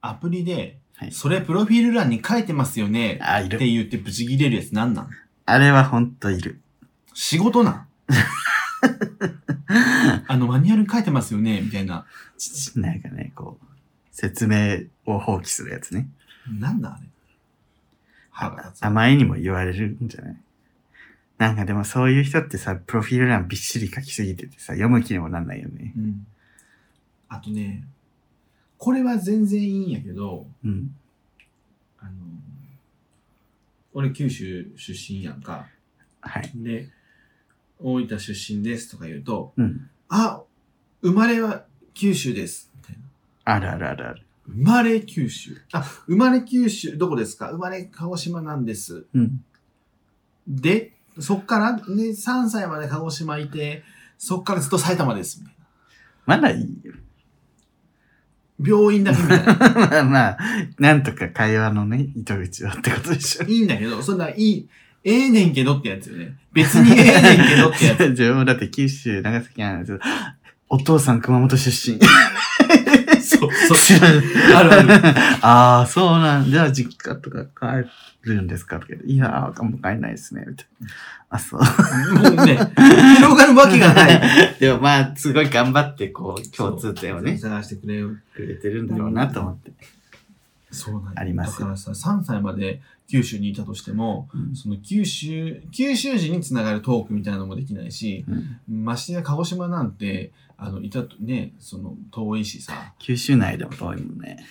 アプリで、はいそれプロフィール欄に書いてますよね。あ、いっるて。言ってブチギレるやつなんなんあれはほんといる。仕事 なんあの、マニュアルに書いてますよねみたいな。なんかね、こう、説明を放棄するやつね。なんだあれ。腹が立あつ。まりにも言われるんじゃないなんかでもそういう人ってさ、プロフィール欄びっしり書きすぎててさ、読む気にもなんないよね。うん。あとね、これは全然いいんやけど、うん。あの、俺九州出身やんか。はい。で、大分出身ですとか言うと、うん。あ、生まれは九州です。みたいなあるあるあるある。生まれ九州。あ、生まれ九州、どこですか生まれ鹿児島なんです。うん。で、そっから、ね、3歳まで鹿児島いて、そっからずっと埼玉です。みたいなまだいいよ。 病院だけみたいな。まあまあ、なんとか会話のね、糸口をってことでしょ。いいんだけど、そんな、いい、ええねんけどってやつよね。別にええねんけどってやつ。 自分もだって九州、長崎なんですけど、お父さん熊本出身。 そう、そう。知らん。あるある。ああ、そうなんじゃあ実家とか帰るんですかとか言っていやー、もう帰んないですね。みたいな。あ、そう。もうね、広がるわけがない。 でもまあ、すごい頑張って、こう、共通点をね、探してくれよ。くれてるんだろうなと思って。そうなんだありますだからさ、3歳まで九州にいたとしても、うんその九州、九州人につながるトークみたいなのもできないし、うんましてや鹿児島なんて、あの、いたとね、その、遠いしさ、九州内でも遠いもんね。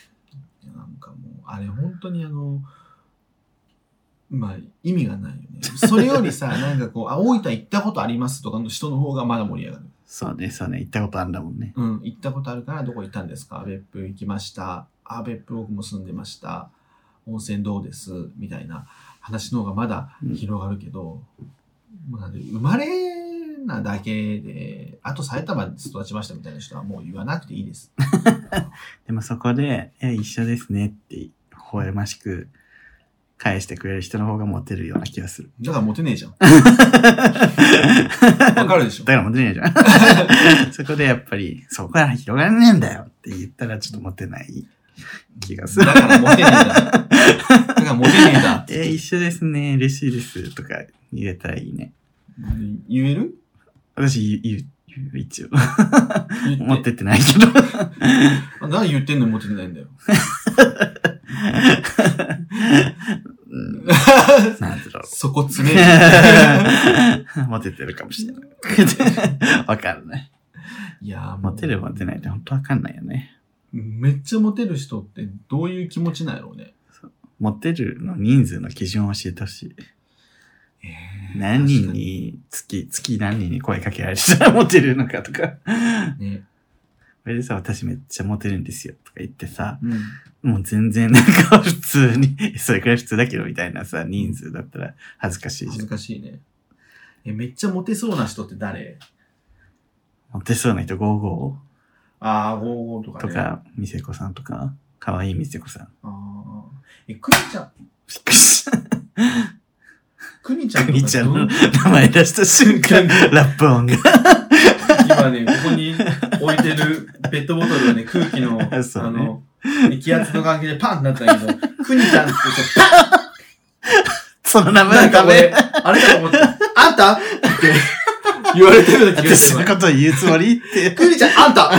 なんかもう、あれ本当にあの、まあ、意味がないよね。それよりさ、なんかこう、あ、大分行ったことありますとかの人の方がまだ盛り上がる。そうね、そうね、行ったことあんだもんね。うん、行ったことあるから、どこ行ったんですか別府行きました。あ、別府僕も住んでました。温泉どうですみたいな話の方がまだ広がるけど、もうなんで生まれなだけで、あと埼玉で育ちましたみたいな人はもう言わなくていいです。でもそこで、え、一緒ですねって、微笑ましく返してくれる人の方がモテるような気がする。だからモテねえじゃん。わわかるでしょだからモテないじゃん。 そこでやっぱり、そこから広がらねえんだよって言ったらちょっとモテない気がする。だからモテねえだ。だからモテねえだ。えー一緒ですね、嬉しいですとか言えたらいいね。言える私、言う、言う一応。言持っって。てってないけど。あ何言ってんのにモテてないんだよ。うん、なんだろう。そこ 詰める。モテてるかもしれない。わかんない。いやーもうモテるモテないって本当わかんないよね。めっちゃモテる人ってどういう気持ちなんやろうね。モテるの人数の基準を教えてほしい。何人に、月、月何人に声かけられてたらモテるのかとか。ね。それでさ、私めっちゃモテるんですよとか言ってさ、うん。もう全然なんか普通に、えそれくらい普通だけどみたいなさ、人数だったら恥ずかしい恥じゃずん。かしいね。え、めっちゃモテそうな人って誰モテそうな人55ああ、ゴーゴーとかとね。か、みせこさんとか、かわいいみせこさん。ああ。え、くにちゃん、びっくりした。くにちゃんくとかにちゃんのど名前出した 瞬間、ラップ音が。今ね、ここに置いてるペットボトルが ね、空気の、そうあねの、気圧の関係でパンってなったんやけど、くにちゃんってち ょっその名と、前なのんかた俺、め、あれかと思って、あんたって言われてるような気が私すの る。ことを言うつもりって。くにちゃん、あんた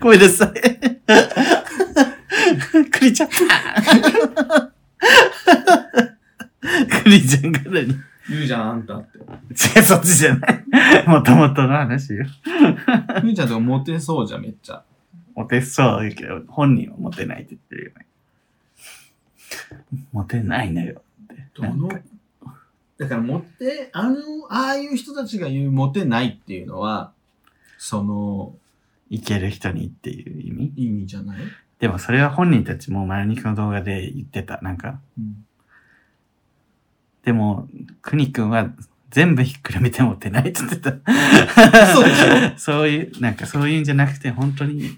ごめんなさい。クリちゃん。クリちゃんからに。違言うじゃん、あんたって。う、そっちじゃない。もともとの話よ。くにちゃんとかモテそうじゃん、めっちゃ。モテそうだけど、本人はモテないって言ってるよね。モテないのよって。どのなんかだからモテ、あの、ああいう人たちが言うモテないっていうのは、そのいける人にっていう意味意味じゃない、でもそれは本人たちも丸肉の動画で言ってた。なんか、うん、でも、くにくんは全部ひっくるめてモテないって言ってた。そうでしょ そういう、なんかそういうんじゃなくて、本当に、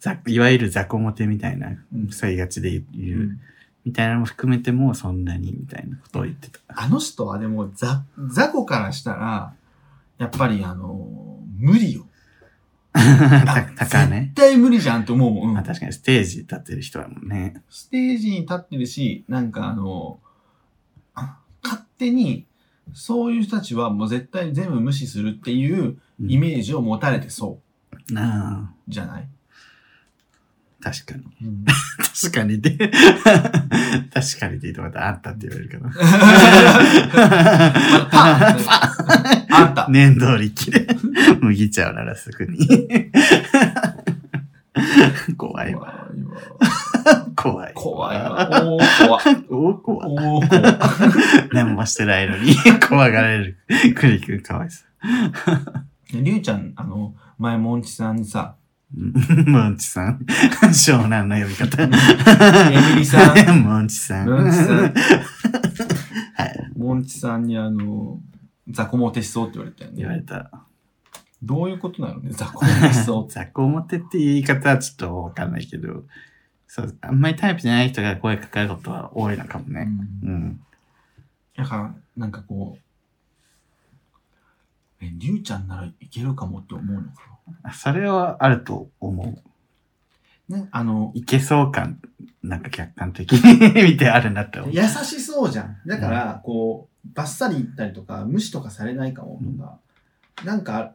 ざいわゆる雑魚モテみたいな、うんそういがちで言う、うんみたいなのも含めても、そんなに、みたいなことを言 ってた。 あの人はでも、ざ、雑魚からしたら、やっぱりあの、無理よ。高ね絶。対無理じゃんと思うもん。うまあん確かにステージ立ってる人やもんね。ステージに立ってるし、なんかあの、あ勝手に、そういう人たちはもう絶対全部無視するっていうイメージを持たれてそなうじゃない、あ、確かに。うん、確かにで、 確かにでいいとこだあったって言われるかな。パン あった。粘土力で麦茶をならすぐに。 怖いわ、怖いわ。怖い。怖いわ。おー怖い。お怖い。おー怖い。何もしてないのに、 怖がられる。クリ君かわいそう。 でりゅうちゃん、あの、前、モンチさんにさ、うんモンチさん。 湘南の呼び方。エミリさん、 モンチさん。モンチさん、はい。モンチさんにあの、雑魚モテしそうって言われたよ 言われね。た。どういうことなのね、雑魚モテしそうって。 雑魚モテっていう言い方はちょっとわかんないけど、そう、あんまりタイプじゃない人が声かかることは多いのかもうね。んうん。だから、なんかこう、え、りゅうちゃんならいけるかもって思うのかそれはあると思う。な。ね、あの、いけそう感、なんか客観的に 見てあるなって思う。。優しそうじゃん。だから、こう、バッサリ行ったりとか、無視とかされないかもとか、なんか、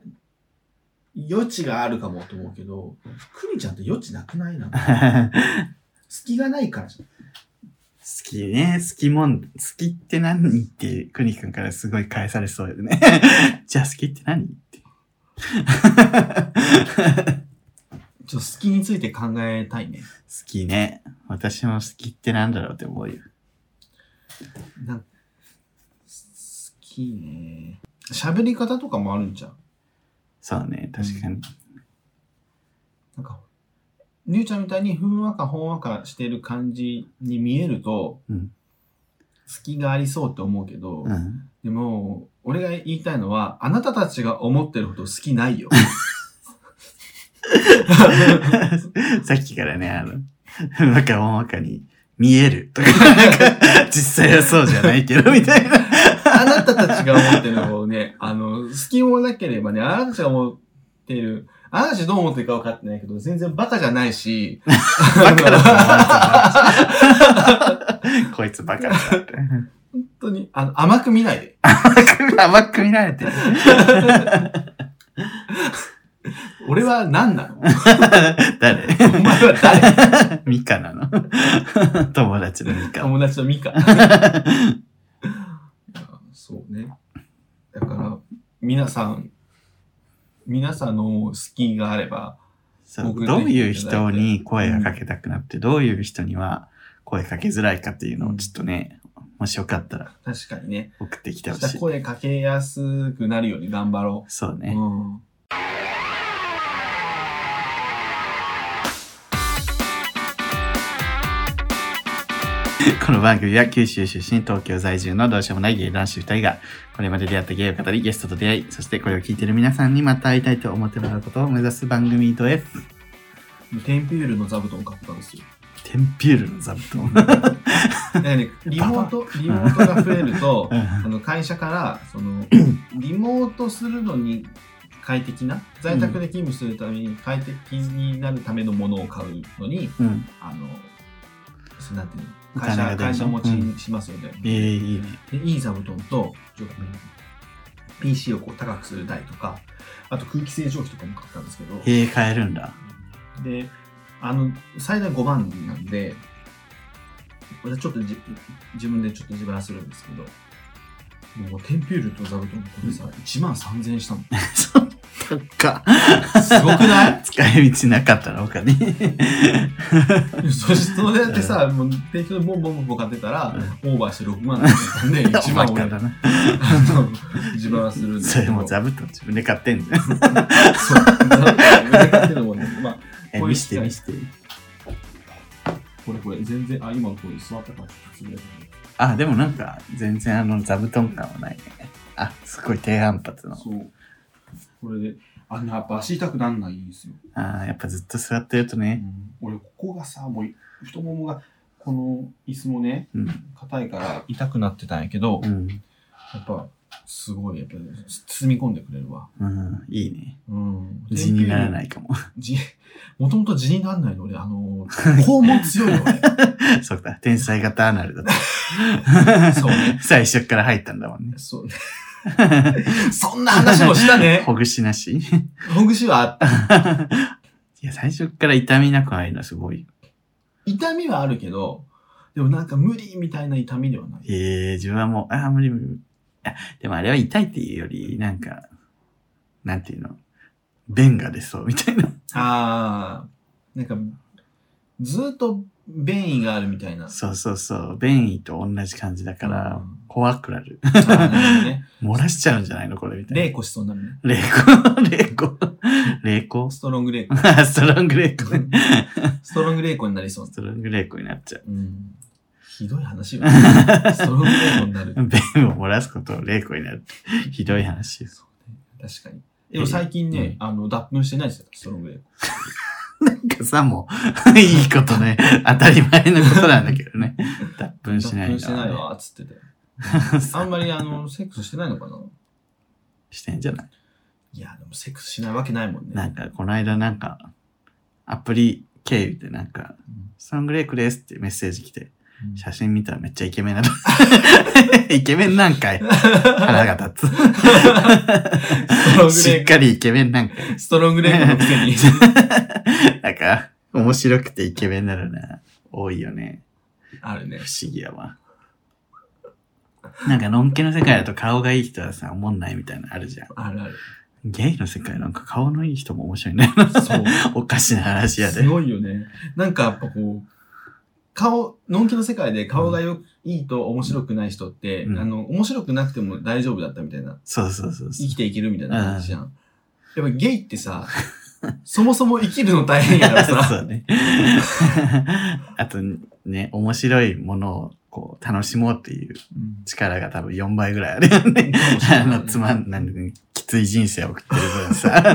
余地があるかもと思うけど、クリちゃんって余地なくないな 好隙がないからじゃきね、好きもん、好きって何って、くにくんからすごい返されそうよね。 じゃあ好きって何って。 ん。ちょっと隙について考えたいね。好きね。私も好きってなんだろうって思うよ。なん好きね。喋り方とかもあるんじゃん。そうね、確かに。なんか、りゅうちゃんみたいにふんわかほんわかしてる感じに見えると、うん隙がありそうって思うけど、うんでも、俺が言いたいのは、あなたたちが思ってるほど好きないよ。 さっきからね、あの、バカ大まかに見えるとか、なんか、実際はそうじゃないけど、みたい な。あなたたちが思ってるほどね、あの、好きもなければね、あなたたちが思ってる、あなたたちどう思ってるか分かってないけど、全然バカじゃないし、バカ だと思われてたこいつバカだなって。本当に、あの、甘く見ないで。甘く見られてる。俺は何 なの誰お前は誰ミカなの友達のミカ。友達のミカ。いやそうね。だから、皆さん、皆さんの好きがあれば、そうどういう人に声がかけたくなって、どういう人には声かけづらいかっていうのをちょっとね、もしよかったら確かにね、送ってきてほそししらたい。声かけやすくなるように頑張ろそうう。ね。うん。この番組は九州出身、東京在住のどうしようもない芸男子2人が、これまで出会った芸を語り、ゲストと出会い、そしてこれを聞いている皆さんにまた会いたいと思ってもらうことを目指す番組と F。テンピュールの座布団買ったん ですよ。テンピュールの座布団。だからね、リモート、リモートが増えると、あの会社から、その、リモートするのに快適な、在宅で勤務するために快適になるためのものを買うのに、うん。あの、そうなんていうおの金会社、が出る会社持ちにしますよね。ええいいね。でいい座布団と、ちょっとね PC をこう高くする台とか、あと空気清浄機とかも買ったんですけど、ええ変えるんだ。で、あの、最大5万なんで、これちょっとじ自分でちょっと自腹するんですけど、もうテンピュールと座布団これさ、1万3000円したの。そっか。すごくない使い道なかったの他に。 そしてそれだってさ、もう適当にボンボンボンボン買ってたら、オーバーして6万だったんで、1万お俺バカだな。あの自分はするんです そけれど。も座布団自分で買ってんじゃん。そう胸買ってるもんね。まあ、えこういう見して見して。これこれ、全然、あ、今これ座ったから、つぶやいてるあ、でもなんか、全然あの座布団感はないね。あ、すごい低反発の。そう。これで、あんなやっぱ足痛くなんないんですよ。あーやっぱずっと座ってるとね。俺、ここがさ、もう太ももが、この椅子もね、うん。硬いから痛くなってたんやけど、うん。やっぱ、すごい、やっぱり包み込んでくれるわ。うん、いいね。うん。字にならい。ないかも。 もともと字にならないので、あの、肛門強いよね。そうだ、天才型アナル だった。そうね。最初から入ったんだもんね。そう。 そんな話もしたねほ。ぐしなし。 ほぐしはあった。いや、最初から痛みなく入るのすごい。痛みはあるけど、でもなんか無理みたいな痛みではない。ええ自分はもう、ああ、無理無理無理。あでもあれは痛いっていうより、なんか、なんていうの、便が出そうみたいな。あー、なんか、ずーっと便意があるみたい な。そうそうそう、便意と同じ感じだからうん、怖くなる。 あーなるほどね。漏らしちゃうんじゃないのこれみた霊い子しそうになるね。な。霊光霊光霊光ストロング霊 子。あストロング霊光ね。ストロング霊子になりそうス。トロング霊光になっちゃう。うん。ひどい話よ。 ストロング霊子になる。便を漏らすことを霊光になる。ひどい話です。確かに。でも最近ね、あの、脱粉してないですよ、ストロング霊子。なんかさ、もう、いいこ とね、当たり前のことなんだけどね。脱粉しない脱の粉してないはわ、つってて。ね。あんまり、あの、セックスしてないのかなしてんじゃないいや、でもセックスしないわけないもんね。なんか、この間なんか、アプリ経由でなんか、ストロングレイクですってメッセージ来て、うん写真見たらめっちゃイケメンなの。 イケメンなんかい。腹が立ストロンつ。しっグかりイケメンなんかい。 レイ、 ストロングレイコのくせに。なんか、面白くてイケメンなのな。多いよね。あるね不。思議やわ。なんか、のんけの世界だと顔がいい人はさ、おもんないみたいなのあるじゃん。ある ある。ゲイの世界なんか顔のいい人も面白いね。 そう。おかしな話やすで。ごいよね。なんかやっぱこう、顔、のんきの世界で顔がよ、いいと面白くない人って、うんあの、面白くなくても大丈夫だったみたいな。そうそうそうそう生。きていけるみたいな感じじゃん。やっぱゲイってさ、そもそも生きるの大変やからさ。 そうね。あとね、面白いものをこう楽しもうっていううん力が多分4倍ぐらいあるよね。 あの、つまん、なんできつい人生を送ってる 分さ、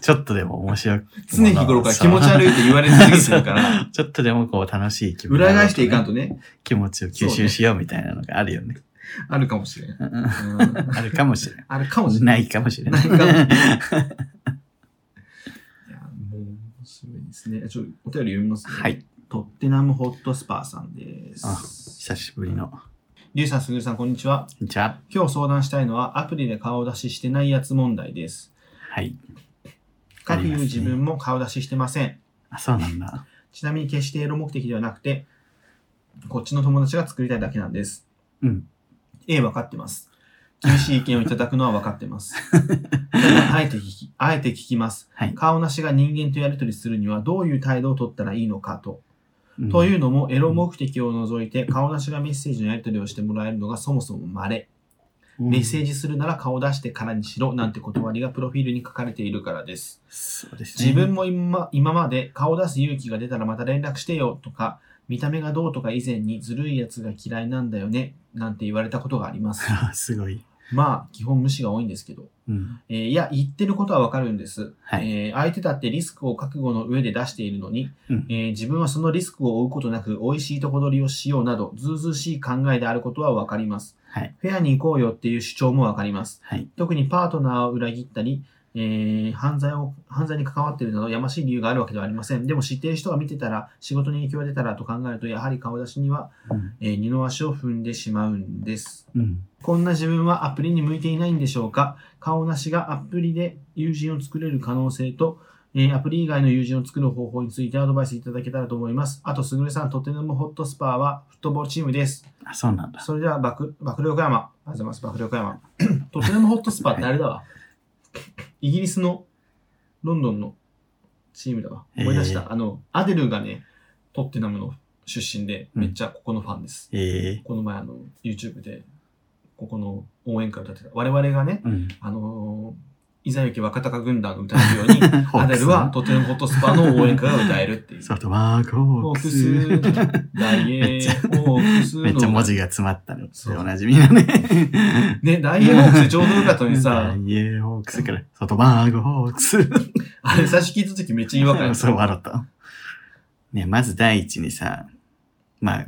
ちょっとでも面白く。常日頃から気持ち悪いって言われ続けてる から、ちょっとでもこう楽しい気持ち、裏返していかんと。ね、気持ちを吸収しようみたいなのがあるよね。あるかもしれん。うんううんんあるかもしれない。あるかもしれん。ないかもしれない。ないかもしれいや、もう、すごいですね。ちょっとお便り読みますね。はい。トッテナムホットスパーさんです。あ久しぶりの。リュウさん、すぐるさん、こんにちは。じゃ今日相談したいのは、アプリで顔出ししてないやつ問題です。あ、はい。かくいありうますね自分も顔出ししてません。あ、そうなんだ。ちなみに決してエロ目的ではなくて、こっちの友達が作りたいだけなんです。うん。ええ、分かってます。厳しい意見をいただくのは分かって ます。ただ、あえて聞き、あえて聞きます。はい。顔なしが人間とやりとりするにはどういう態度を取ったらいいのかと。うんというのも、エロ目的を除いて、顔なしがメッセージのやり取りをしてもらえるのがそもそも稀。メッセージするなら顔出してからにしろ、なんて断りがプロフィールに書かれているからです。そうですね。自分も今今まで顔出す勇気が出たらまた連絡してよとか、見た目がどうとか以前にずるいやつが嫌いなんだよね、なんて言われたことがあります。あすごい。まあ、基本無視が多いんですけど。うん。えーいや、言ってることはわかるんです、はい。えー相手だってリスクを覚悟の上で出しているのに、うんえー自分はそのリスクを負うことなく、美味しいとこ取りをしようなど、ずうずうしい考えであることはわかります。はい。フェアに行こうよっていう主張もわかります。はい。特にパートナーを裏切ったり、えー犯罪を、犯罪に関わっているなど、やましい理由があるわけではありません。でも知っている人が見てたら、仕事に影響が出たらと考えると、やはり顔出しには、うんえー二の足を踏んでしまうんです。うん。こんな自分はアプリに向いていないんでしょうか顔なしがアプリで友人を作れる可能性と、えーアプリ以外の友人を作る方法についてアドバイスいただけたらと思います。あと、すぐるさん、とてもホットスパーはフットボールチームです。あ、そうなんだ。それでは、爆爆力山。ありがとうございます、爆力 山。とてもホットスパーってあれだわ。イギリスの、ロンドンのチームだわ。思い出した。えあの、アデルがね、トッテナムの出身で、めっちゃここのファンです。ええこの前あの YouTube でここの応援歌を歌ってた我々がね、 うん。あのー、伊沢幸若隆軍団を歌え るようにホアークデスルはとてもホットスパの応援歌が歌える っていう。ソフトバンクホホーーククス。 ス、ダイエー、ホークスめっちゃの文、字が詰まったの。そうおなじみだね。ね、ダイエーホークスちょうどよかったのに さ、イエーホークスから、ソフトバンクホークス。あれ最初聞いた時めっちゃ違和感やっそう、た。笑った。ね、まず第一にさ、まあ、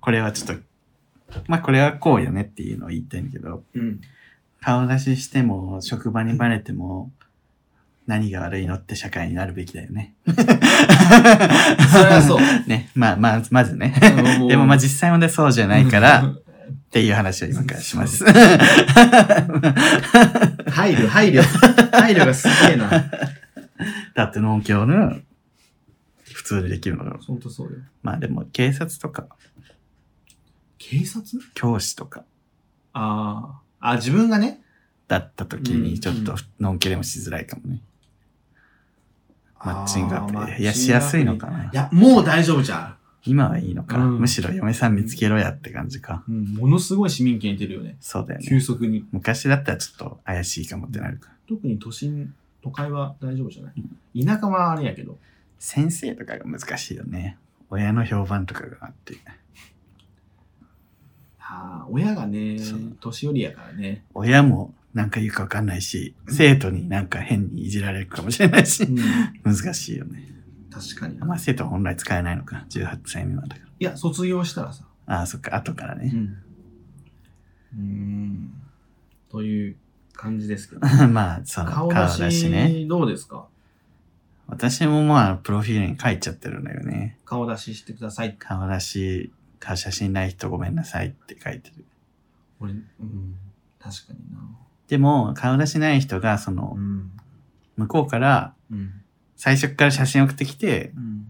これはちょっとまあこれはこうよねっていうのを言いたいんだけど、うん。顔出ししても、職場にバレても、何が悪いのって社会になるべきだよね。それはそう。 ね。まあまあ、まずね。うでもまあ実際問題そうじゃない から、っ。ていう話を今からします。だ配慮、配慮。配慮がすげえな。って農協の普通でできるのよ。ほんとそうよ。まあでも警察とか警察教師とかああ。あ、自分がね。だった時うん。にちょっと農協でもしづらいかもね。マッチングアプリで。いや、しやすいのかないや、もう大丈夫じゃ今はいいのか。うんむしろ嫁さん見つけろやって感じか。ん。うん、ものすごい市民権いてるよね。そうだよね。急速に。昔だったらちょっと怪しいかもってなるから。特に都心、都会は大丈夫じゃない。田舎はあれやけど。先生とかが難しいよね。親の評判とかがあって。ああ、親がねそう、年寄りやからね。親もなんか言うかわかんないし、生徒になんか変にいじられるかもしれないしう、ん、難しいよね。確かに。まあ生徒は本来使えないのか。18歳未満だから。いや、卒業したらさ。ああ、そっか、後からうね。ん。うーん。という感じですけど。 まあ、その顔顔出だししね。どうですか私もまあ、プロフィールに書いちゃってるんだよね。顔出ししてください。顔出し、顔写真ない人ごめんなさいって書いてる。俺、うん。確かにな。でも、顔出しない人が、そのう、ん。向こうから、うん。最初から写真送ってきて、うん。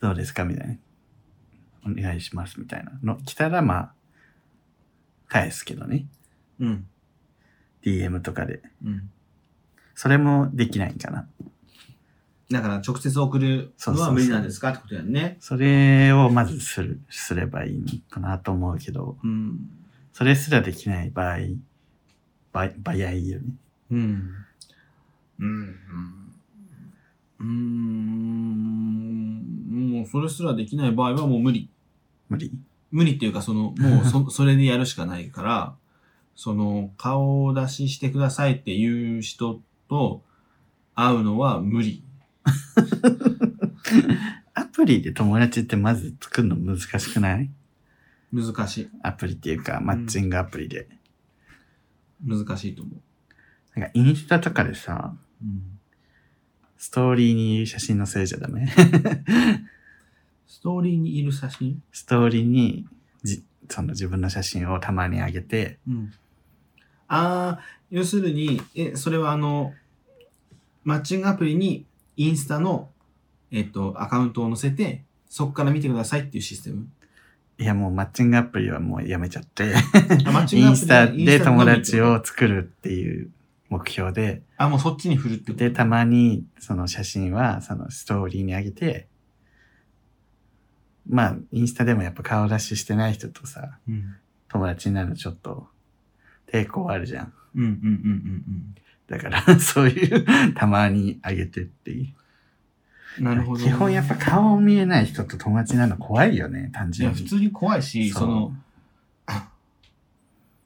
どうですかみたいな。お願いします、みたいなの。来たら、まあ、返すけどね。うん。 DM とかで。うん。それもできないんかな。だから、直接送るそうのそはうそう無理なんですかってことやんね。それをまずする、すればいいのかなと思うけど、うん。それすらできない場合、ば、ばやいよね。うん。うん。うーん。もう、それすらできない場合はもう無理。無理。無理っていうか、その、もう そ、それでやるしかないから、その、顔出ししてくださいっていう人と会うのは無理。アプリで友達ってまず作るの難しくない難しい。アプリっていうか、マッチングアプリで。難しいと思う。なんか、インスタとかでさ、うん、ストーリーに写真載せるじゃ ダメストーリーにいる写真ストーリーにじその自分の写真をたまに上げて、うん。ああ、要するに、え、それはあの、マッチングアプリにインスタの、えっと、アカウントを載せて、そこから見てくださいっていうシステム。いやもうマッチングアプリはもうやめちゃって、 あマッチンイグアプリンスタインスタで友達。のみってことを作るっていう目標で、あ、もうそっちに振るってことで、たまにその写真はそのストーリーに上げて、まあ、インスタでもやっぱ顔出ししてない人とさ、うん。友達になるのちょっと抵抗あるじゃん。うんうんうんうんだから、 そういう、たまにあげてっていうう。ん。なるほど。基本やっぱ顔見えない人と友達なの怖いよね、単い純や、に。普通に怖いし、そうその、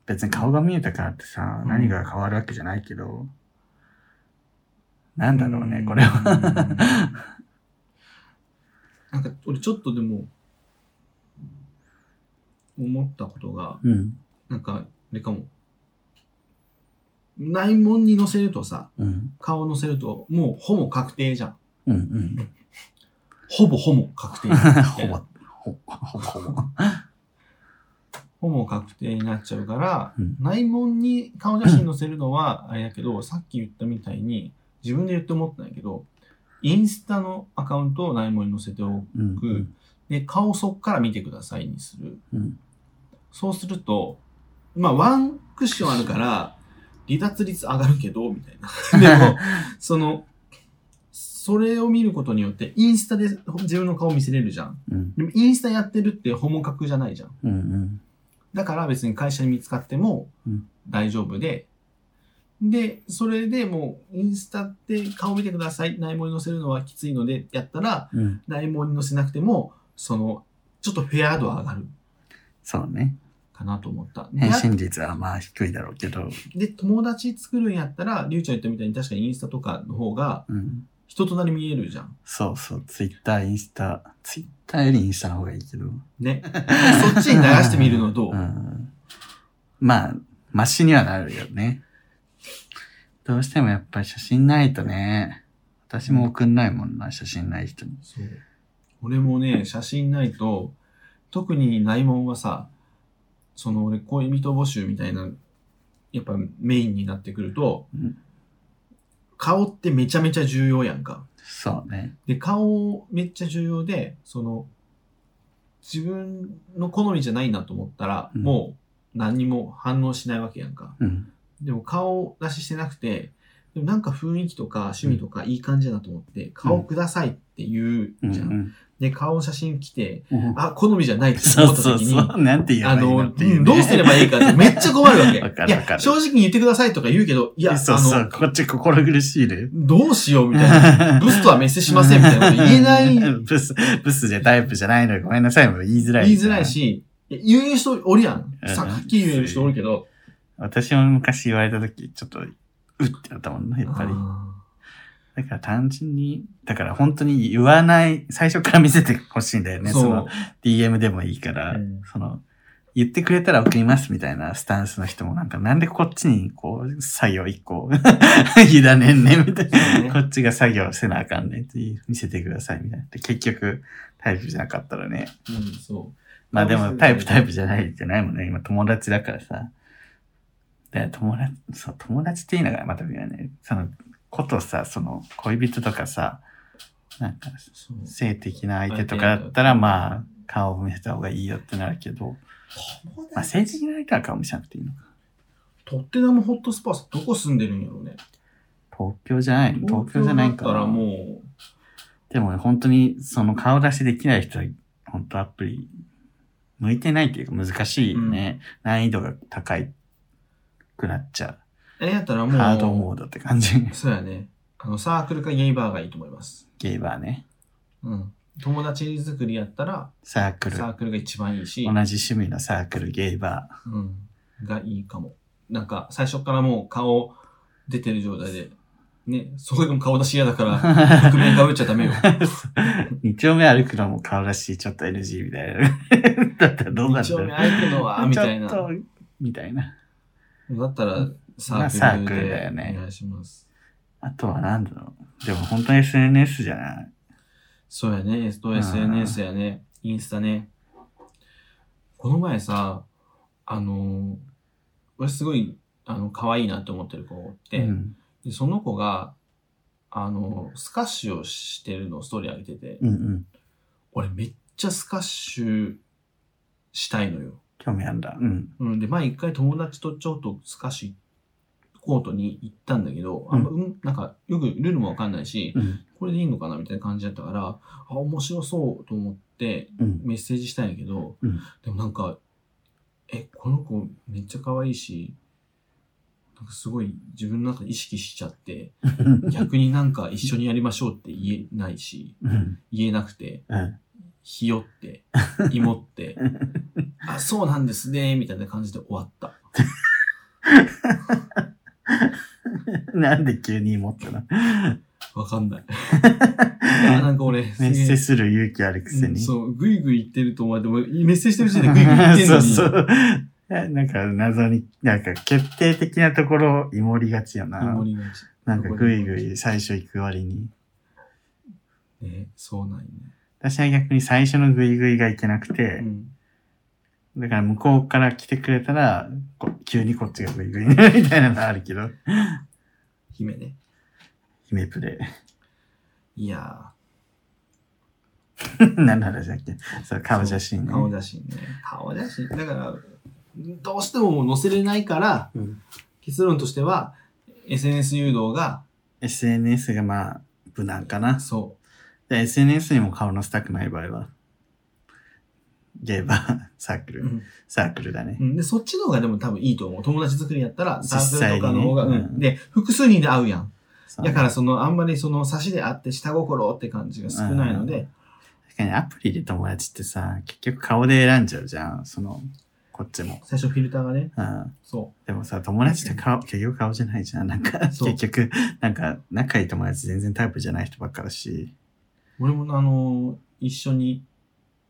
別に顔が見えたからってさ、うん何が変わるわけじゃないけど、なんだろうね、んこれ は。。なんか、俺ちょっとでも、思ったことが、うん。なんか、あれかも。ないもんに乗せるとさ、うん。顔乗せると、もうほぼ確定じゃん。うん。うん。ほぼほぼ確定。 ほぼ、ほぼ、ほぼ、ほぼ。ほぼ確定になっちゃうから、うんないもんに顔写真載せるのはあれだけど、さっき言ったみたいに、自分で言って思ったんやけど、インスタのアカウントをないもんに載せておうんく。で、顔そっから見てくださいにする。うん。そうすると、まあ、ワンクッションあるから、離脱率上がるけど、みたいな。で も、その、それを見ることによって、インスタで自分の顔見せれるじゃん。うん。でも、インスタやってるってホモ格じゃないじゃん。うん。うん。だから別に会社に見つかってもうん大丈夫で、で、それでもうインスタって顔見てください、内網に載せるのはきついので、やったらうん。内網に載せなくても、その、ちょっとフェア度は上がるそうね。かなと思った。で返信率はまあ低いだろうけど、で、友達作るんやったら、りゅうちゃん言ったみたいに確かにインスタとかの方がうん。人となり見えるじゃん。そうそう、ツイッター、インスタ、ツイッターよりインスタの方がいいけど。 ね。そっちに流してみるのどう、うん。まあ、マシにはなるよね。どうしてもやっぱり写真ないとね、私も送んないもんな、写真ない人に。そう。俺もね、写真ないと、特にないもんはさ、その俺恋人募集みたいな、やっぱメインになってくると、うん顔ってめちゃめちゃ重要やんか。そうね。で、顔めっちゃ重要で、その、自分の好みじゃないなと思ったら、うんもう何にも反応しないわけやんか。うん。でも顔出ししてなくて、でもなんか雰囲気とか趣味とかいい感じだなと思って、顔くださいって言ううんじゃん。で、顔の写真来て、うんうんあ、好みじゃないってそ思っうたそう時に、そう。なんて言えばあいいの、うのっていんどうすればいいかってめっちゃ困るわけ。 わかいるわかや、る正直に言ってくださいとか言うけど、いいや、そうあそのう。、こっち心苦しいね。どうしようみたい な。ブスとはメッセしませんみたいなこと言えない、ブス、ブスじゃタイプじゃないのごめんなさいも言いづらい。言いづらい。し、いや言う人おるやん。うんさ、はっきり言える人おるけど、私も昔言われた時、ちょっと、うってなったもんな、やっぱり。あだから単純に、だから本当に言わない、最初から見せてほしいんだよーね。そそうの DM でもいいから、うんその、言ってくれたら送りますみたいなスタンスの人もなんか、なんでこっちにこう、作業一個、 委ねんねんみたいそうねな。こっちが作業せなあかんねんっていう、見せてくださいみたいな。で結局、タイプじゃなかったらね。うん、そう。まあでそうですもねタイプタイプじゃないじゃないもんね。今友達だからさ。で友達、そう、友達って言いながらまた微妙ね。その、ことさ、その、恋人とかさ、なんか、そう性的な相手とかだったら、まあ、顔を見せた方がいいよってなるけど、友まあ、達性的な相手は顔見せなくていいのか。とってもホットスパースどこ住んでるんやろうね。東京じゃないの東京じゃないんかだったらな。もう、でも本当に、その顔出しできない人は、本当アプリ、向いてないっていうか難しいよね。難易度が高いくなっちゃう。え、やったらもう、ハードモードって感じ。 そうやね。あの、サークルかゲイバーがいいと思います。ゲイバーね。うん。友達作りやったら、サークル。サ同ークルが一番いいし、じ趣味のサークル、ゲイバうん。がいいかも。なんか、最初からもう顔出てる状態で、ね、そこでも顔出し嫌だ から、覆面かぶっちゃダメよ。ー。 二丁目歩くのも顔らしい、ちょっと NG みたいな。 だったらどうなんだ一ろ応う目。開くのは、みたいな。ちょっだと、みたいな。ったら、サまあサーーククルルでだよねお願いします。あとはなんだろう。でも本当に SNS じゃない。そうやね、スト SNS やね、インスタね。この前さ、あのー俺すごい、あの、可愛いなって思ってる子がおって、うん。でその子が、あの、スカッシュをしてるのをストーリー上げてて、うんうん。俺めっちゃスカッシュしたいのよ。興味あんだ。うん。うん、で、前一回友達とちょっとスカッシュコートに行ったんだけど、あんま、うん、なんか、よくルールもわかんないし、うん。これでいいのかなみたいな感じだったから、あ、面白そうと思ってうん。メッセージしたんやけど、うんでもなんか、え、この子めっちゃ可愛いし、なんかすごい自分の中で意識しちゃって、 逆になんか一緒にやりましょうって言えないし、うん。言えなくて、うん。ひよ って、いもって、あ、そうなんですね、みたいな感じで終わった。なんで急に持ったのわか んない。あ、なんか俺、メッセすする勇気あるくげえせうんに。そう、ぐいぐい言ってると思われて、俺メッセージしてる時点でぐいぐい言ってるのに。 そうそう。なんか謎に、なんか決定的なところをイモりがちやな。守りがちなんかぐいぐい最初行く割に。ね、そうなんよね。私は逆に最初のぐいぐいがいけなくてう、ん。だから向こうから来てくれたら、こ急にこっちがぐいぐいになるみたいなのあるけど、姫ね。姫プレいやイ。何の話だっけそう、ー。顔写真ね。そう顔写真ね。顔写真。だから、どうしてももう載せれないから、うん結論としては SNS 誘導が SNS がまあ、無難かな。そで SNS にも顔載せたくない場合は、ゲーバー、サークう、ル、サークルだねう。んでそっちの方がでも多分いいと思う友達作りやったらサ実ークル際にねとかの方が、ううんん、で複数人で会うやんそうだからそのあんまりその差しで会って下心って感じが少ないので、確かにアプリで友達ってさ、結局顔で選んじゃうじゃん。その、こっちも。最初フィルターがね、うん。そでもさ、友達って顔、結局顔じゃないじゃん。なんか、そう結局、なんか、仲いい友達全然タイプじゃない人ばっかだし。う。俺もあの、一緒に、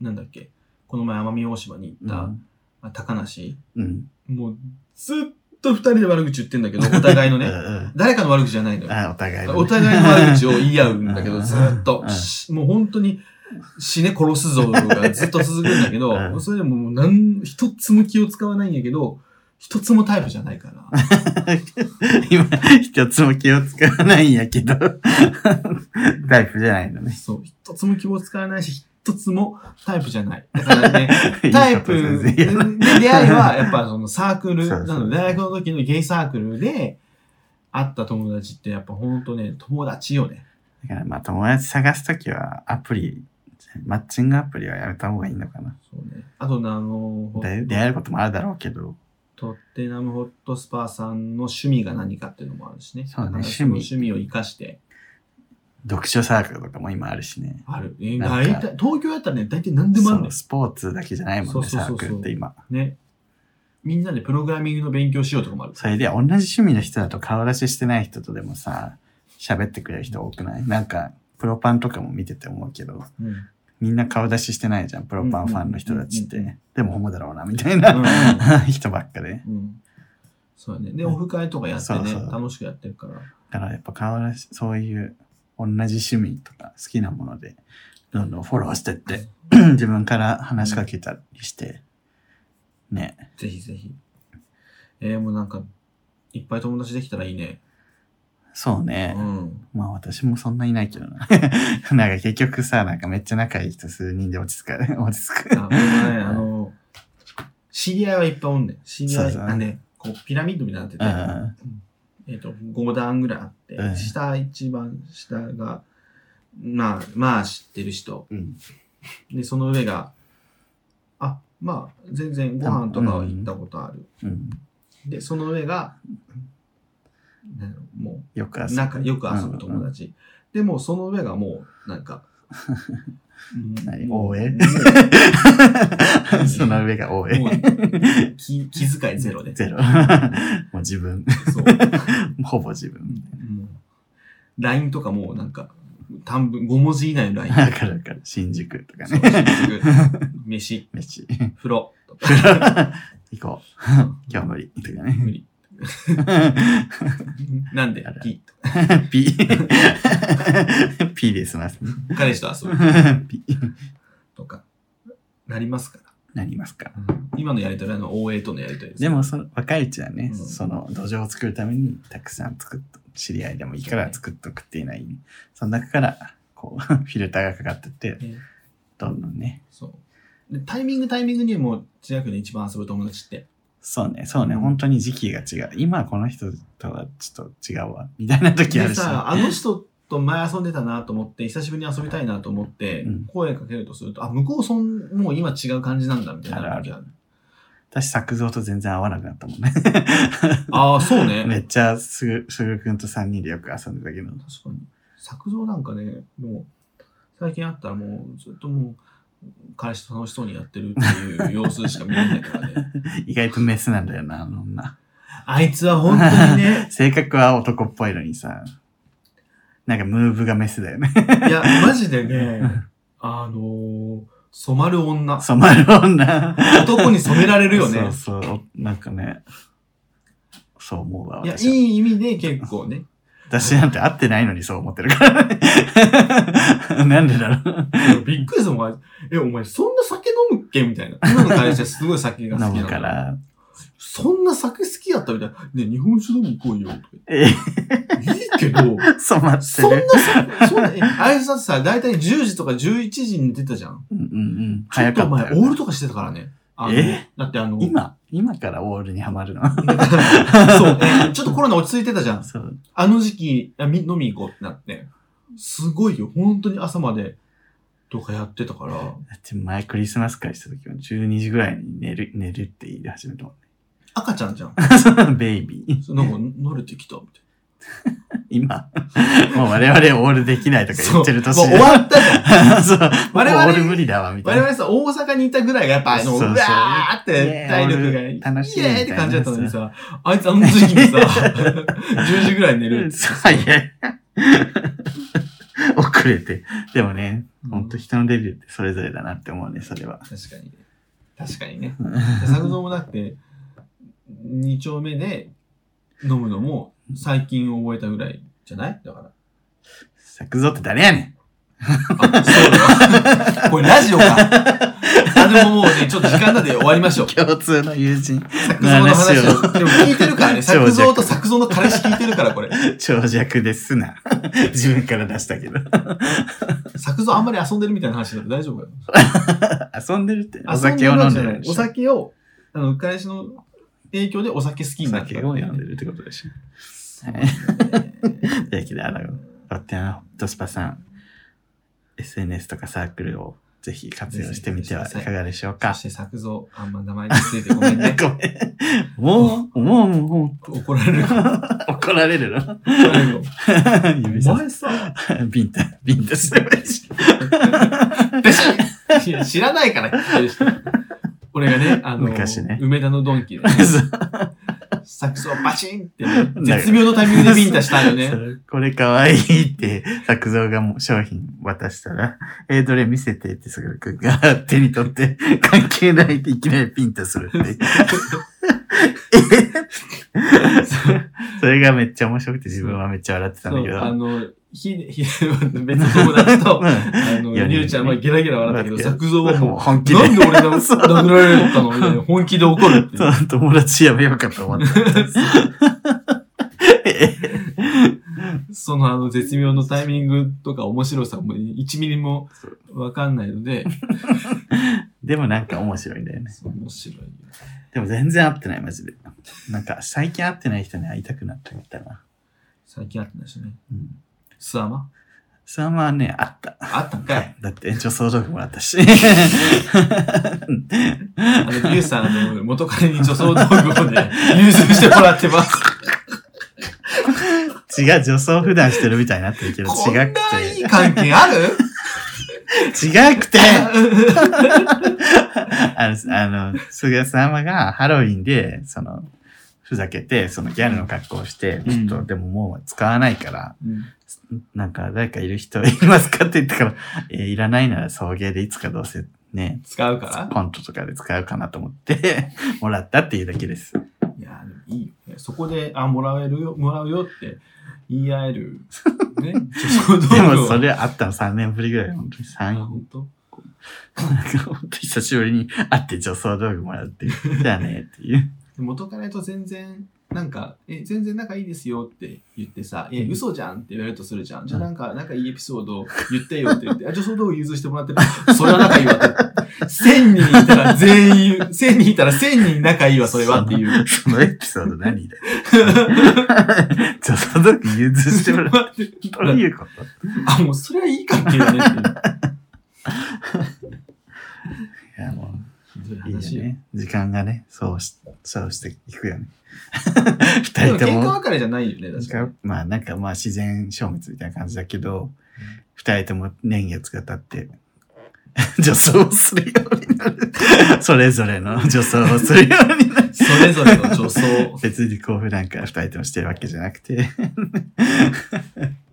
なんだっけ、この前奄美大島に行うったん。あ、高梨、うん。もうずっと二人で悪口言ってんだけど、 お互いのうんうね、ん。誰かの悪口じゃないのよ。あ、お互いのね。お互いの悪口を言い合うんだけうど、んずーっとうん、しもう本当に死ね殺すぞがずっと続くんだけうど、んそれでももうなん一つも気を使わないんやけど、一つもタイプじゃないから。 今、一つも気を使わないんやけど、 タイプじゃないのね。そう、一つも気を使わないし、一つもタイプじゃない。だから ね、タイプいいこと全で然言う出会いはやっぱそのサークル、そうそうなので大学の時のゲイサークルで会った友達ってやっぱ本当ね、友達よね。だからまあ友達探すときはアプリ、マッチングアプリはやめた方がいいのかな。そうね。あとね、あの、ホで出会えることもあるだろうけど、トッテナムホットスパーさんの趣味が何かっていうのもあるしね。そうねだから趣味の趣味を生かして読書サークルとかも今あるしね。ある。えなん大か体、東京やったらね、大体何でもあるんそでうすスポーツだけじゃないもんそうね、そうそうサそうークルって今。ね。みんなでプログラミングの勉強しようとかもある。それで同じ趣味の人だと顔出ししてない人とでもさ、喋ってくれる人多くないなんか、プロパンとかも見てて思うけど、うん。うんみんな顔出ししてないじゃん、プロパンファンの人たちっうんうんうんて。でもホモだろうな、みたいなうん 人ばっかで。うん。そうやね。で、オフ会とかやってね、そうそう楽しくやってるから。だからやっぱ顔出し、そういう同じ趣味とか好きなもので、どんどんフォローしてって、 自分から話しかけたりして、ね。ぜひぜひ。えー、もうなんか、いっぱい友達できたらいいね。そううね。ん。まあ私もそんないないけどな。 なんか結局さ、なんかめっちゃ仲いい人数人で落ち着く。 落ち着く。あ、これはね、あ の、知り合いはいっぱいおんねん。知り合そうい、そうあね、こう、ピラミッドみたいになってて、うんえっと5段ぐらいあって、うん下一番下がまあまあ知ってる人うん。でその上があまあ全然ご飯とかは行ったことある、うん。でその上がなんやろもよくう仲よく遊ぶ友。達、でもその上がもうなんか何もう応援もうんうん その上がう多 も。いう気気遣いゼロで ゼロ。もう自分。 そうほぼ自分。もう LINE とかもうなんか短文5文字以内の LINE わかるわかる。新宿とかそうね。飯、飯。 風呂とか、行こう。今日無理。とかね。 無理。なんである、ピ P。P で済ますね。ッ、彼氏と遊ぶ P。とか、なりますから。なりますか。今のやりとりはあの OA とのやりとりです。でもその若いうちはね、うんその土壌を作るためにたくさん作っと知り合いでもいいから作っとくっていうのはいい、ね、その中からこう フィルターがかかってってねどんどんねそうでタイミングタイミングにも千秋の一番遊ぶ友達って。そうねそうね、うん本当に時期が違う今はこの人とはちょっと違うわみたいな時あでるしさ、あの人と前遊んでたなと思って、久しぶりに遊びたいなと思ってうん、声かけるとすると、あ、向こうそん、もう今違う感じなんだみたいな時ある。私作造と全然合わなくなったもんねああ、 そうね。 めっちゃすぐすぐくんと3人でよく遊んでたけど確かに作造なんかねもう最近あったらもうずっともう彼氏と楽しそうにやってるっていう様子しか見えないからね 意外とメスなんだよなあの女 あいつは本当に ね性格は男っぽいのにさなんかムーブがメスだよねいやマジでねあのー染まる女染まる女男に染められるよねそうそう、なんかね、そう思うわ。いやい私はい意味で結構ね私なんて会ってないのにそう思ってるか らね。なんでだろう。いやびっくりするもんお前えお前そんな酒飲むっけみたいな今の会社すごい酒が好飲きなむのから。そんな酒好きやったみたいなね日本酒飲み行こうよとかえ、言っていいけど染まってそんなる。さ、そん な、えあいつだってさ、だいたい10時とか11時に出たじゃん。うんうんうん。ちょ早っとかおっ前、たオーよ。ルとかしてたからね。あのえだってあの、 今、今からオールにはまるの。そう、えちょっとコロナ落ち着いてたじゃん。そう。あの時期、あみ飲み行こうってなって。すごいよ、本当に朝までとかやってたから。だって前クリスマス会した時は12時ぐらいに寝る、寝るって言い始めたも赤ちゃんじゃん。 ん。ベイビー。そのなんか、乗れてきたみたいな。今、もう我々オールできないとか言ってる年そうもう終わったじゃん。た。 そう。我我々々オール無理だわ、みたい我な。々さ、大阪にいたぐらいがやっぱあの、そううそうわーって体力が、ねイエ楽しいみたいなーイって感じだったのにさ、あいつあの時期にさ、10時ぐ らいに寝るってそう早い。 遅れて。でもね、ほんと人のデビューってそれぞれだなって思うね、それは。確かに。確かに ね。作造もだって、2丁目で飲むのも最近覚えたぐらいじゃないだから。作造って誰やねんあ、そう だ。これラジオか。あ、でももうね、ちょっと時間なんで終わりま しょう。共通の友人。作造の話の話を。でも聞いてるからね。作長尺造と作造の彼氏聞いてるから、これ。長尺ですな。自分から出したけど。 作造あんまり遊んでるみたいな話だって大丈夫かよ。遊んでるって。お遊酒をる飲わんけじゃでなるいでしょお酒を、あの、彼氏の影響でお酒好きおになった。酒を飲んでるってことでしょ。というわけで、あの、ロッテアナホットスパさん、SNS とかサークルをぜひ活用してみてはいかがでしょうそか。し。て作造、あんま名前についてごめんねごめん。もう、もう、も怒られるう。 か怒られるのら。怒られるよ指おさ前さ、す。ビンタ、ビンタすればいいし。べしいや知らないから聞いてる人。俺がね、あの、昔ね梅田のドンキで、ね、作造バチンってね、 なんか絶妙のタイミングでビンタしたんよ そね。うこれかわいいって、作造がもう商品渡したら、えー、どれ見せてって、すぐくんが手に取って、 関係ないっていきなりピンとするっていう。それがめっちゃ面白くて自分はめっちゃ笑ってたんそだうけど。あの、ひ、ひ、 別の友達 と、あの、いやりゅうちゃんはゲラゲラ笑ったけど、笑ったけ作造うはん、もうも本う、気で。なんで俺がそう殴られたのみたいな、本気で怒るっていう。そう友達やめよう かと思った。 そのあの絶妙のタイミングとか面白さも1ミリもわかんないので、でもなんか面白いんだよね。面白いよ。でも全然会ってない、マジで。なんか最近会ってない人に会いたくなってきたな。最近あったんですよね。うん。スアマそれはね、あった。あったんかい。だって、女装道具もらったし。 あの、リュウさんの元彼に女装道具をね、優先してもらってます。違う、女装普段してるみたいになってるけど、こん違くないい関係あるて。違くて あの、あの、菅様がハロウィンで、その、ふざけて、そのギャルの格好をして、うちょっんと、でももう使わないから、 うんなんか誰かいる人いますかって言ったから、えーいらないなら送迎でいつかどうせね、使うからコントとかで使うかなと思って、 もらったっていうだ けです。いや、でもいいよね。そこで、あ、もらえるよ、もらうよって言い合える。 ね。女装道具でを。もそれあったの3年ぶりぐらい、本当にあ、 3、本当。なんか本当に久しぶりに会って女装道具もらって、じゃあねっていう。元彼と全然なんか「え全然仲いいですよ」って言ってさ「え嘘じゃん」って言われるとするじゃん、じゃあなんか仲いいエピソード言ってよって言って「あじゃあその道具融通してもらってる それは仲いいわ」って1000人いたら全員1000人い たら1000人仲いいわそれはっていうそのエピソード 何だよ。女装道具融通してもらう。どういうこと あもうそれはいい関係だねっていやもいうひどいういいよ話よね。時間がね、そうし、そうしていくよね。で も二人と喧嘩も。別れじゃないよね確かにまあなんかまあ自然消滅みたいな感じだけど、二人とも年月が経って、 女装をするようになる。 それぞれの女装をするように なる。それぞれの女装別にこう普段から二人ともしてるわけじゃなくて、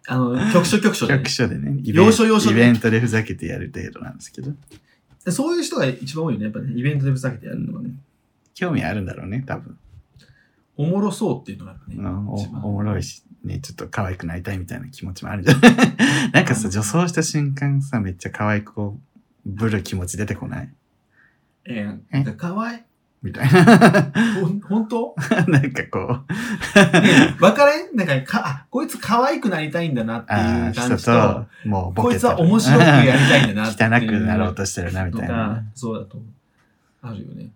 あ の局所局所でね、局所でね、イベン要所要所イでベントでふざけてやる程度なんですけど、そういう人が一番多いよねやっぱねイベントでふざけてやるのがね興味あるんだろうね、多分。おもろそうっていうのがやっぱね、うんお一番おもろいし、ね、ちょっと可愛くなりたいみたいな気持ちもあるじゃない なんかさ、女装した瞬間さ、めっちゃ可愛くこう、ぶる気持ち出てこないええー、かわいいみたいな。ほん、本当 なんかこう、ね分かれんなんかか、あ、こいつ可愛くなりたいんだなってあいあ、う感人じと、と、もうボこケいてつは面白くやりたいんだなっていう。汚くなろうとしてるな、みとたいかな。、そうだと思う。あるよね。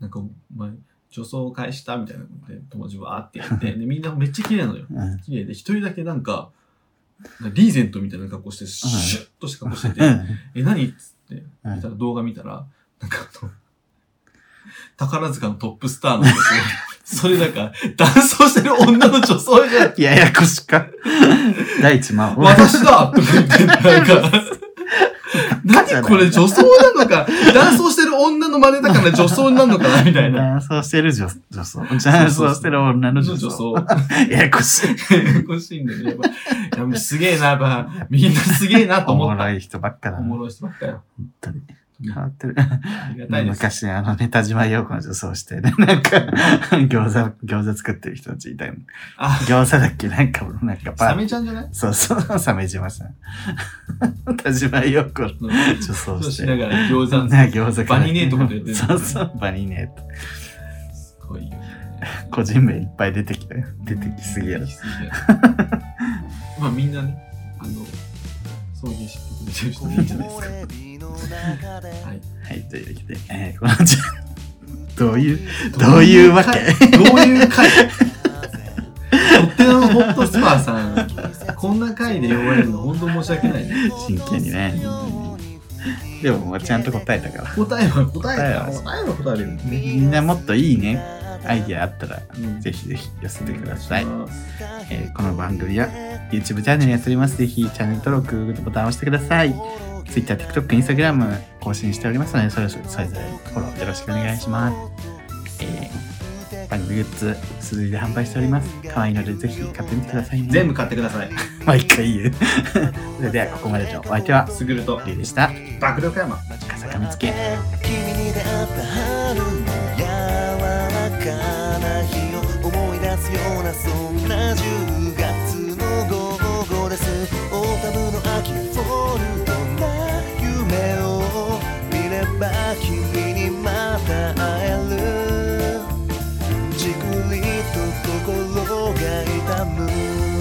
なんか、まあ、女装会したみたいなことで、友達わーってやって、 で、みんなめっちゃ綺麗なのよ。うん綺麗で、一人だけなんか、なんかリーゼントみたいな格好して、シュッとした格好してて、え、何っつって、うん見たら動画見たら、なんかあの、宝塚のトップスターの人 それなんか、男装してる女の女装じゃん。ややこしか。第一魔法。私だとか言って、なん か。何これ女装なのか、男装してる女の真似だから女装になるのかなみたいな。男装してる女女装。男装してる女の女女装。装。ややこしい。欲しいんだけど、やっぱいやもうすげえな、やっぱ、みんなすげえなとお思もった。ろい人ばっかだおな。も本ろい人ばっかよ。当に。変わってる。ありがたいです。昔、あのね、田島陽子の女装してね、なんか、餃子、餃子作ってる人たちいたよね。あ、餃子だっけなんか、なんかパサーメちゃんじゃないそうそう、鮫島さん。 田島陽子のうん女装そうし。してながら餃子。な餃子からバニネートとか言ってるそうそう、バニネート。すごいよね。個人名いっぱい出てきたよ。出てきすぎやろ出て。きすぎやろ まあみんなね、あの、そういう知ってくれてる人でいいんじゃないですか。はい。はい、というわけで、えー、このじゃどういう、 どういうわけどういう回とってのホットスパーさん、こんな回で呼ばれるの本当申し訳ないね。真剣にね。でも、もうちゃんと答えたから。答えは答え答えはは答えは答えるよね。みんなもっといいね、アイディアあったら、うんぜひぜひ寄せてください。お願しえーこの番組は YouTube チャンネルやっております。ぜひチャンネル登録ボタンを押してください。Twitter、TikTok、Instagram 更新しておりますので、それぞれそれぞれフォローよろしくお願いします。えー番組グッズ、数字で販売しております。可愛いのでぜひ買ってみてくださいね。全部買ってください。毎回言う。 それではここまでのお相手は、すぐるとりゅうでした。爆力山。笠上つけ。君に出会った春の柔らかな日を思い出すようなそんな10月の午後ですオータムの秋フォルトな夢を見れば君にまた会えるじくりと心が痛む